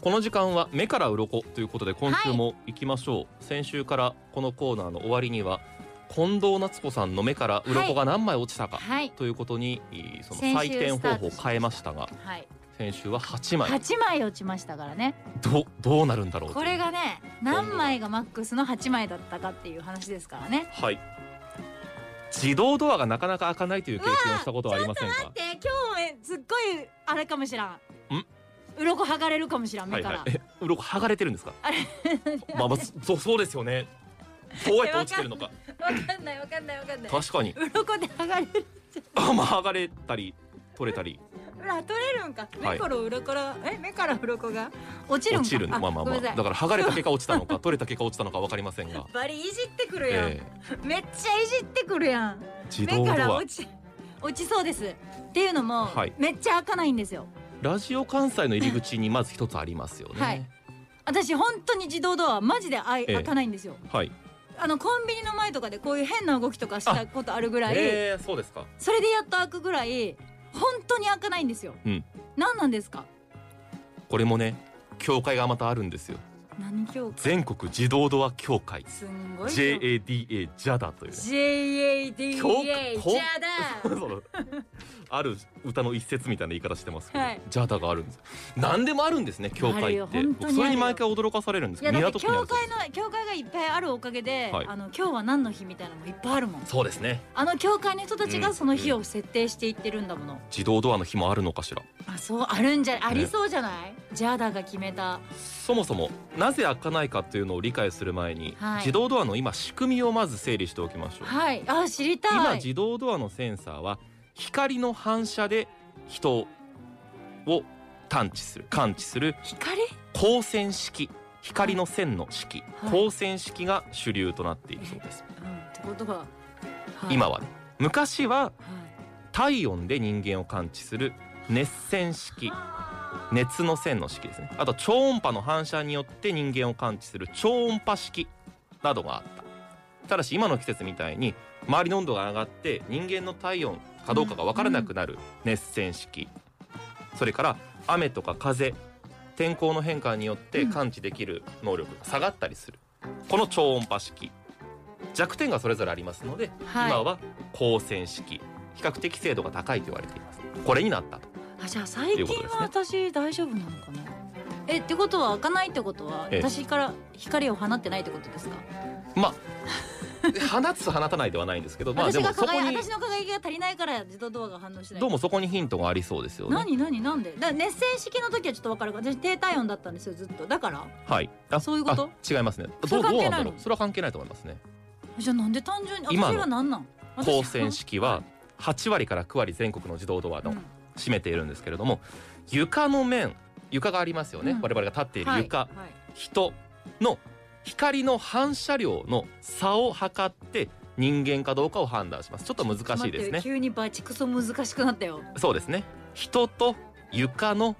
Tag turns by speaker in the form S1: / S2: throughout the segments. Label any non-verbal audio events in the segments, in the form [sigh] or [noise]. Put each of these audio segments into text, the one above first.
S1: この時間は目から鱗ということで今週も行きましょう、先週からこのコーナーの終わりには近藤夏子さんの目から鱗が何枚落ちたか、
S2: はい、
S1: ということにえーその
S2: 先週
S1: 採点方法を
S2: スタートしました
S1: 変えましたが
S2: はい、
S1: 先週は8枚
S2: 八枚落ちましたからね。
S1: どどうなるんだろうとい
S2: こ
S1: う
S2: れがね、何枚がマックスの八枚だったかっていう話ですからね。
S1: はい自動ドアがなかなか開かないという経験をしたことはありませんか
S2: で、今日えすっごいあれかもしらん。ん
S1: ん？
S2: 鱗剥がれるかもしらん
S1: は
S2: 目
S1: い
S2: か
S1: はい
S2: ら。
S1: え鱗剥がれてるんです
S2: [laughs]
S1: か
S2: あれ
S1: まあまあそそうですよねどうやって落ちてるのか
S2: わかんないわかんないわかんない。
S1: 確かに
S2: 鱗で剥がれる。
S1: あまあ剥がれたり取れたり
S2: 裏取れるんか。
S1: はい
S2: 目から鱗ら、え目から鱗が落ちるん
S1: 落
S2: か。
S1: ちるのまあまあまあ
S2: ごめんな
S1: だ
S2: さい
S1: から剥がれた結果落ちたのか [laughs] 取れた結果落ちたのか分かりませんが、
S2: バリいじってくるやん、
S1: え
S2: めっちゃいじってくるやん。
S1: え自動
S2: 目
S1: ド
S2: から
S1: ア
S2: 落ち落ちそうですっていうのも、
S1: はい
S2: めっちゃ開かないんですよ
S1: ラジオ関西の入り口にまず一つありますよね
S2: はい私本当に自動ドアマジで開,、
S1: ええ
S2: 開かないんですよ
S1: はい、
S2: あのコンビニの前とかでこういう変な動きとかしたことあるぐらい、
S1: ええそうですか
S2: それでやっと開くぐらい本当に開かないんですよ、
S1: うん
S2: 何なんですか
S1: これもね教会がまたあるんですよ
S2: 何教科
S1: 全国自動ドア協会
S2: すんごい
S1: JADA ジャダというね
S2: JADA
S1: 教科こ
S2: じゃあだ
S1: [laughs] そのある歌の一節みたいな言い方してますけど、
S2: はい
S1: ジャダがあるんです何でもあるんですね教
S2: ある
S1: 会っ
S2: よ
S1: て
S2: 本当にあるよ
S1: 僕それに毎回驚かされるんです
S2: い
S1: けど
S2: やだって
S1: 港区
S2: 教
S1: に
S2: 会
S1: ある
S2: の教会がいっぱいあるおかげで、
S1: はい
S2: あの今日は何の日みたいなのもいっぱいあるもん
S1: そうですね
S2: あの教会の人たち
S1: う
S2: が
S1: ん
S2: その日を設定していってるんだもの、
S1: 自動ドアの日もあるのかしら
S2: あそうあるんじゃありそうじゃない、ジャダが決めた
S1: そもそもなぜ開かないかっていうのを理解する前に、
S2: はい
S1: 自動ドアの今仕組みをまず整理しておきましょう、
S2: はいあ知りたい
S1: 今自動ドアのセンサーは光の反射で人を探知する感知する
S2: 光
S1: 光線式光の線の式、
S2: はい
S1: 光線式が主流となっているそうです、
S2: うんってことは、はい
S1: 今
S2: は
S1: はね昔はい体温で人間を感知する熱線式
S2: あ
S1: 熱の線の式ですねあと超音波の反射によって人間を感知する超音波式などがあったただし今の季節みたいに周りの温度が上がって人間の体温かどうかが分からなくなる熱線式、それから雨とか風天候の変化によって感知できる能力が下がったりするこの超音波式弱点がそれぞれありますので、
S2: はい
S1: 今は光線式比較的精度が高いと言われていますこれになったと
S2: あじゃあ最
S1: ということ
S2: 近
S1: です
S2: は
S1: ね
S2: 私大丈夫なのかなえってことは開かないってことは、
S1: ええ
S2: 私から光を放ってないってことですか、
S1: まあ放つ放たないではないん
S2: [laughs]
S1: ですけど、まあで
S2: 私
S1: も
S2: が
S1: そこ
S2: 輝
S1: に
S2: 私の輝きが足りないから自動ドアが反応しない
S1: どうもそこにヒントがありそうですよね。
S2: 何何なんでだから熱線式の時はちょっと分かるから私低体温だったんですよずっとだから
S1: はい。あ
S2: そういうこと
S1: あ違いますね。
S2: そ
S1: どうど
S2: れ関
S1: うなん
S2: 係
S1: だ
S2: ないの
S1: ろう。それは関係ないと思いますね。
S2: じゃあなんで単純に私
S1: 今の
S2: は何なん私
S1: 光線式は8割から9割全国の自動ドア
S2: う
S1: の
S2: ん
S1: 占めているんですけれども、床の面床がありますよね。
S2: うん
S1: 我々が立っている床、
S2: はいはい
S1: 人の光の反射量の差を測って人間かどうかを判断します。ちょっと難しいですね
S2: 待って。急にバチクソ難しくなったよ。
S1: そうですね人と床の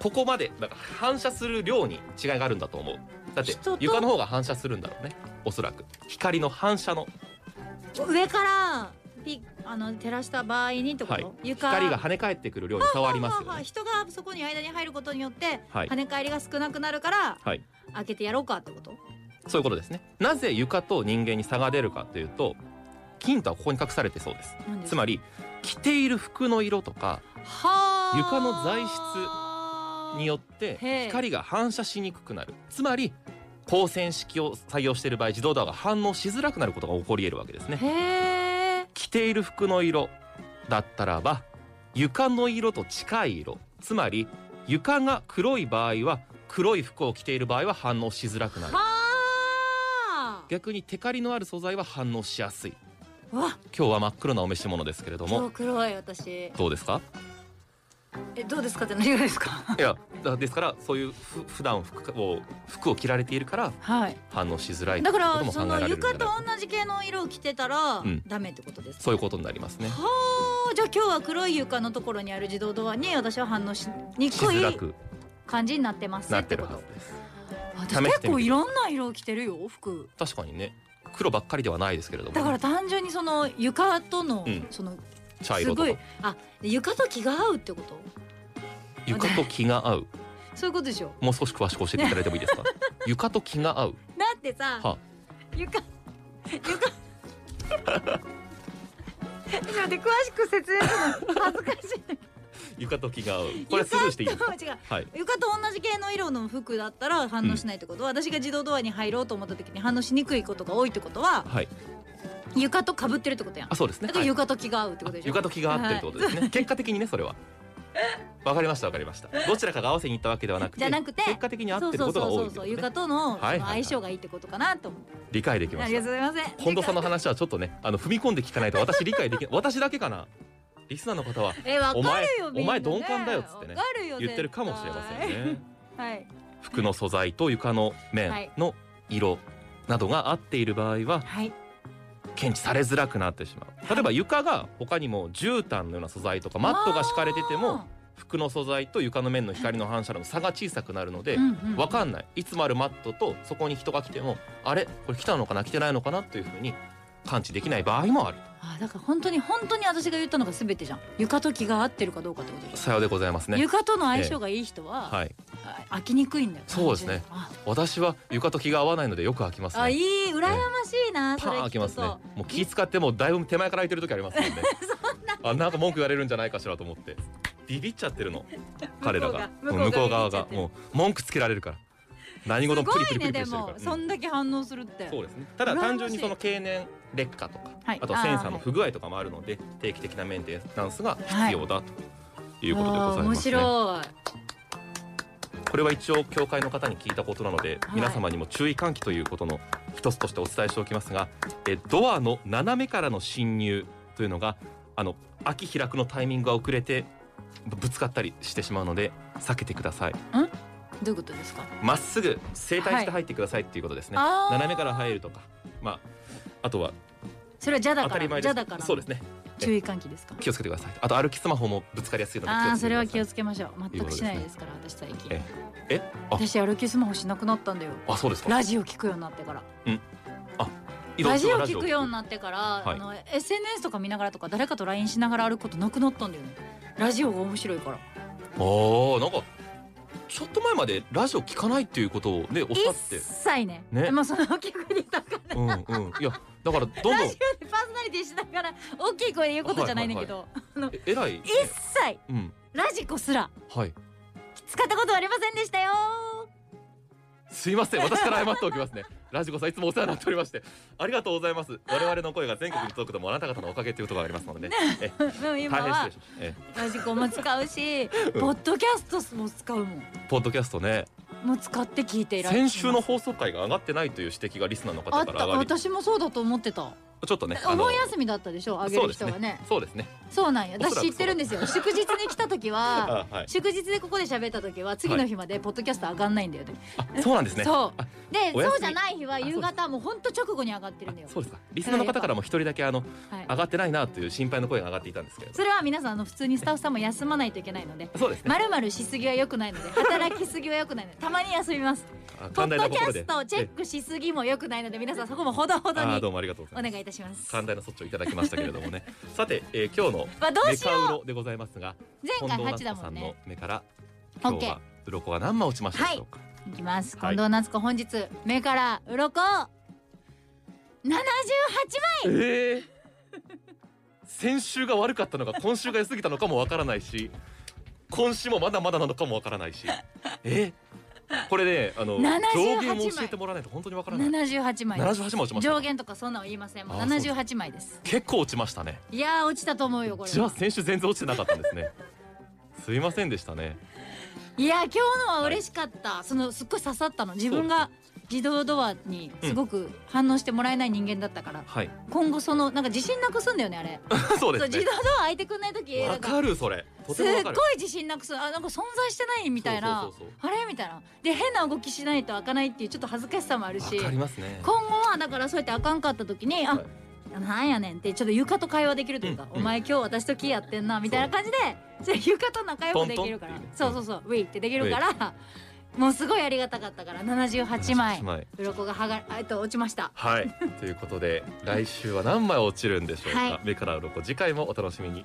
S1: ここまでなんか反射する量に違いがあるんだと思うだって
S2: 人と
S1: 床の方が反射するんだろうねおそらく光の反射の、
S2: 上からピあの照らした場合にってこ
S1: は
S2: と、
S1: い、
S2: 床
S1: 光が跳ね返ってくる量に差はあります
S2: は
S1: よ
S2: あはあ
S1: ね
S2: 人がそこに間に入ることによって、
S1: はい
S2: 跳ね返りが少なくなるから
S1: はい
S2: 開けてやろうかってこと。
S1: そういうことですねなぜ床と人間に差が出るかというとヒントはここに隠されてそうです
S2: なんです
S1: つまり着ている服の色とか
S2: はあ
S1: 床の材質によ
S2: っ
S1: って
S2: へえ
S1: 光が反射しにくくなるつまり光線式を採用している場合自動ドアが反応しづらくなることが起こり得るわけですね
S2: へえ
S1: 着ている服の色だったらば床の色と近い色つまり床が黒い場合は黒い服を着ている場合は反応しづらくなる
S2: はあ。
S1: 逆にテカリのある素材は反応しやすいう
S2: わ
S1: 今日は真っ黒なお召し物ですけれど
S2: 今
S1: も
S2: 日黒い私。
S1: どうですか
S2: えどうですかって何がですか
S1: いやだですからそういうふ普段服を服を着られているから
S2: はい
S1: 反応しづらい
S2: だか
S1: という
S2: ら
S1: こと
S2: そ
S1: も考え
S2: の
S1: られるん
S2: 床
S1: じゃ
S2: と
S1: ない
S2: 同じ系の色を着てたら、
S1: うん
S2: ダメってことですか
S1: そういうことになりますね
S2: はあじゃあ今日は黒い床のところにある自動ドアに私は反応しに
S1: し
S2: く
S1: づら
S2: い
S1: く
S2: 感じになってます
S1: な
S2: っ
S1: って
S2: て
S1: る
S2: こ
S1: は
S2: と
S1: ずです試し
S2: 私
S1: てみて
S2: 結構いろんな色を着てるよ服
S1: 確かにね黒ばっかりではないですけれども
S2: だから単純にその床との、
S1: うん
S2: その
S1: 茶
S2: す
S1: 色と
S2: ごい
S1: か
S2: あ床と気が合うってこと
S1: 床と気が合う
S2: そういうことでしょ
S1: もう少し詳しく教えていただいてもいいですか [laughs] 床と気が合う
S2: だってさ、
S1: は
S2: 床床 [laughs] ちょっと待って詳しく説明するの恥ずかしい
S1: 床と気が合うこれスルーしていいですか
S2: 床と違う
S1: はい
S2: 床と同じ系の色の服だったら反応しないってことは、私が自動ドアに入ろうと思った時に反応しにくいことが多いってことは
S1: はい
S2: 床と被ってるってことやん
S1: あそうですね
S2: だか
S1: は
S2: ら
S1: い
S2: 床と気が合うってことでしょ
S1: 床と気が合ってるってことですね、結果的にねそれはわかりましたわかりましたどちらかが合わせに行ったわけではなくて
S2: じゃなくて
S1: 結果的に合ってることが多いって
S2: そうそうそうそ
S1: こと、
S2: う
S1: ね
S2: 床、とのそ
S1: は
S2: の
S1: いはいはい
S2: 相性がいいってことかなと思って、
S1: 理解できま
S2: あ
S1: し
S2: りが
S1: た
S2: とうございます
S1: 近藤さんの話はちょっとねあの踏み込んで聞かないと私理解できない [laughs] 私だけかなリスナーの方は
S2: えわかる
S1: お前
S2: よみんなね
S1: お前鈍感だよっつってね
S2: わかるよ
S1: 言ってるかもしれません
S2: 絶
S1: ね
S2: 対はい
S1: 服の素材と床の面の色などが合っている場合は
S2: はい
S1: 検知されづらくなってしまう例えば床が他にも絨毯のような素材とかマットが敷かれてても服の素材と床の面の光の反射の差が小さくなるので
S2: うんうん
S1: わかんないいつもあるマットとそこに人が来てもあれこれ来たのかな来てないのかなというふうに感知できない場合もある
S2: あだから本当に本当に私が言ったのが全てじゃん床と気が合ってるかどうかってことでし
S1: さようでございます
S2: ょ、
S1: ね
S2: 床との相性がいい人は、
S1: はい
S2: あ飽きにくいんだよ
S1: そうですね
S2: 単
S1: 私は床と気が合わないのでよく開きま
S2: 純
S1: す
S2: にあい
S1: ね
S2: い羨ましいな、そ
S1: パ
S2: れ
S1: ーン開
S2: 聞く
S1: き
S2: と
S1: ますねもう気使ってもうだいぶ手前から開いてる時ありますも
S2: [laughs]
S1: んねあなんか文句言われるんじゃないかしらと思ってビビっちゃって
S2: [laughs]
S1: るの彼らが向こ
S2: 向こうが
S1: う側が
S2: 向こう側が
S1: もう文句つけられるから何事もプリプ
S2: す
S1: リ
S2: ご
S1: プリプ
S2: いねで
S1: リしてる
S2: も
S1: か、ら
S2: そんだけ反応するって
S1: うんそうですねただ単純にその経年劣化とか、
S2: はい
S1: あとセンサーの不具合とかもあるので、定期的なメンテナンスが必要だということでございますね、
S2: あー面白い
S1: これは一応教会の方に聞いたことなので、
S2: はい
S1: 皆様にも注意喚起ということの一つとしてお伝えしておきますがえドアの斜めからの侵入というのがあの秋開くのタイミングが遅れてぶぶつかったりしてしまうので避けてください
S2: どういうことですか
S1: まっすぐ正対して入ってくださいっていうことですね、
S2: あー
S1: 斜めから入るとかまああとは
S2: それはじゃだ
S1: 当
S2: か
S1: た
S2: ら
S1: り前
S2: じ
S1: で
S2: ゃ
S1: す
S2: だから
S1: そうですね
S2: 注意喚起ですか
S1: 気をつけてくださいあと歩きスマホもぶつかりやすいので
S2: ああそれは気を
S1: け
S2: つけましょう
S1: いう
S2: 全
S1: こと
S2: く
S1: です
S2: し
S1: ね
S2: ないですから私最近
S1: ええあ
S2: 私歩きスマホしなくなったんだよ
S1: あそうですか
S2: ラジオ聞くようになってから
S1: いろん
S2: ラ
S1: な
S2: ジオ聞くようになってから、
S1: い
S2: あの SNS とか見ながらとか誰かと LINE しながら歩くことなくなったんだよねラジオが面白いから
S1: ああなんかちょっと前までラジオ聞かないっていうことをねおっしゃ
S2: 一
S1: って、
S2: 切ね
S1: ね
S2: まあそのお客にだから
S1: うんうん、いやだからどんどん
S2: ラジオでパーソナリティしながら大きい声で言うことじゃないんだけど、
S1: ええらい、
S2: 一切
S1: うん、
S2: ラジコすら
S1: はい、
S2: 使ったことはありませんでしたよ [laughs]
S1: すいません私から謝っておきますね。ラジコさんいつもお世話になっておりましてありがとうございます。我々の声が全国に届くのもあなた方のおかげということがありますので、ね、え
S2: でも今
S1: 大変失
S2: は
S1: 礼しました。え
S2: ラジコも使うし、
S1: うん
S2: ポッドキャストも使うもん
S1: ポッドキャストね
S2: もう使って聞いていらっしゃいま
S1: 先
S2: す
S1: 週の放送回が上がってないという指摘がリスナーの方
S2: あ
S1: か
S2: っ
S1: ら
S2: た
S1: 上がり
S2: 私もそうだと思ってた
S1: ちょっとね
S2: お盆
S1: あの
S2: 休みだったでしょあげる人がね
S1: そうですね
S2: そうなんや
S1: おそらく
S2: 私知ってるんで
S1: [laughs]
S2: すよ祝日に来た時は
S1: あはい
S2: 祝日でここで喋った時は次の日までポッドキャスト上がんないんだよね、
S1: あそうなんですね
S2: そう
S1: あ
S2: で
S1: お休み
S2: そうじゃない日は夕
S1: あそう
S2: 方もうほんと直後に上がってるんだよ
S1: あそうですかリスナーの方からも一人だけあの
S2: はい
S1: 上がってないなという心配の声が上がっていたんですけれど
S2: それは皆さんあの普通にスタッフさんも休まないといけな
S1: [laughs]
S2: いので
S1: そうですね
S2: まるまるしすぎは良くないので働きすぎは良くないのでたまに休みます
S1: あ
S2: ポ
S1: 寛大
S2: ッド
S1: な
S2: キャ
S1: 心で
S2: ストをチェックしすぎも良くないので皆さんそこもほどほど
S1: あー
S2: に
S1: どうもありがとうご
S2: お
S1: ざいま
S2: 願
S1: す
S2: いいたします
S1: 寛大な措置をいただきましたけれども
S2: [laughs]
S1: ねさて、えー、今日の
S2: まあどう
S1: メ
S2: しよ
S1: カウロでございますが
S2: う
S1: 近
S2: 前
S1: 藤
S2: 回8
S1: 夏
S2: だ
S1: 子
S2: も
S1: さ
S2: ん
S1: んの
S2: ね
S1: 目から
S2: オ
S1: 今
S2: ッケ
S1: 日
S2: ー
S1: は鱗が何枚落ちましたでしょうか、
S2: いきます
S1: は
S2: 近
S1: い
S2: 藤夏子本日目から鱗78枚
S1: えー、先週が悪かったのか今週が良すぎたのかもわからないし今週もまだまだなのかもわからないしえー、これねあの
S2: 78枚
S1: 上限を教えてもらわないと本当にわからない
S2: 78枚で
S1: 78
S2: す
S1: 枚落ちました
S2: 上限とかそんなの言いませんもう
S1: あそうです
S2: 78枚です
S1: 結構落ちましたね
S2: いやー落ちたと思うよこれ
S1: じゃあ先週全然落ちてなかったんですねすいませんでしたね
S2: いやー今日のは嬉しかった、そのすっごい刺さったの自分が自動ドアにすごく反応してもらえない人間だったから、
S1: はい
S2: 今後そのなんか自信なくすんだよねあれ
S1: [laughs] そう
S2: そう
S1: です
S2: 自動
S1: ね
S2: ドア開いてくんない時な
S1: わ
S2: んか
S1: かるそれと
S2: す
S1: て
S2: っ
S1: も
S2: ご
S1: わ
S2: い
S1: かる
S2: 自信なくすあなんか存在してないみたいな
S1: そうそうそう
S2: あれみたいなで変な動きしないと開かないっていうちょっと恥ずかしさもある
S1: そう
S2: し
S1: わかりますね
S2: 今後はだからそうやってあかんかった時に「あ
S1: はい
S2: なんやねん」ってちょっと床と会話できるというか「
S1: うん
S2: お前今日私と気やってんな」みたいな感じでそれ床と仲良くできるから
S1: トントンって
S2: そ
S1: いううね
S2: そうそう「ウィー」ってできるからもうすごいありがたかったから78枚鱗がはがえっと落ちました
S1: はいということで来週は何枚落ちるんでしょうか、
S2: はい
S1: 目から鱗次回もお楽しみに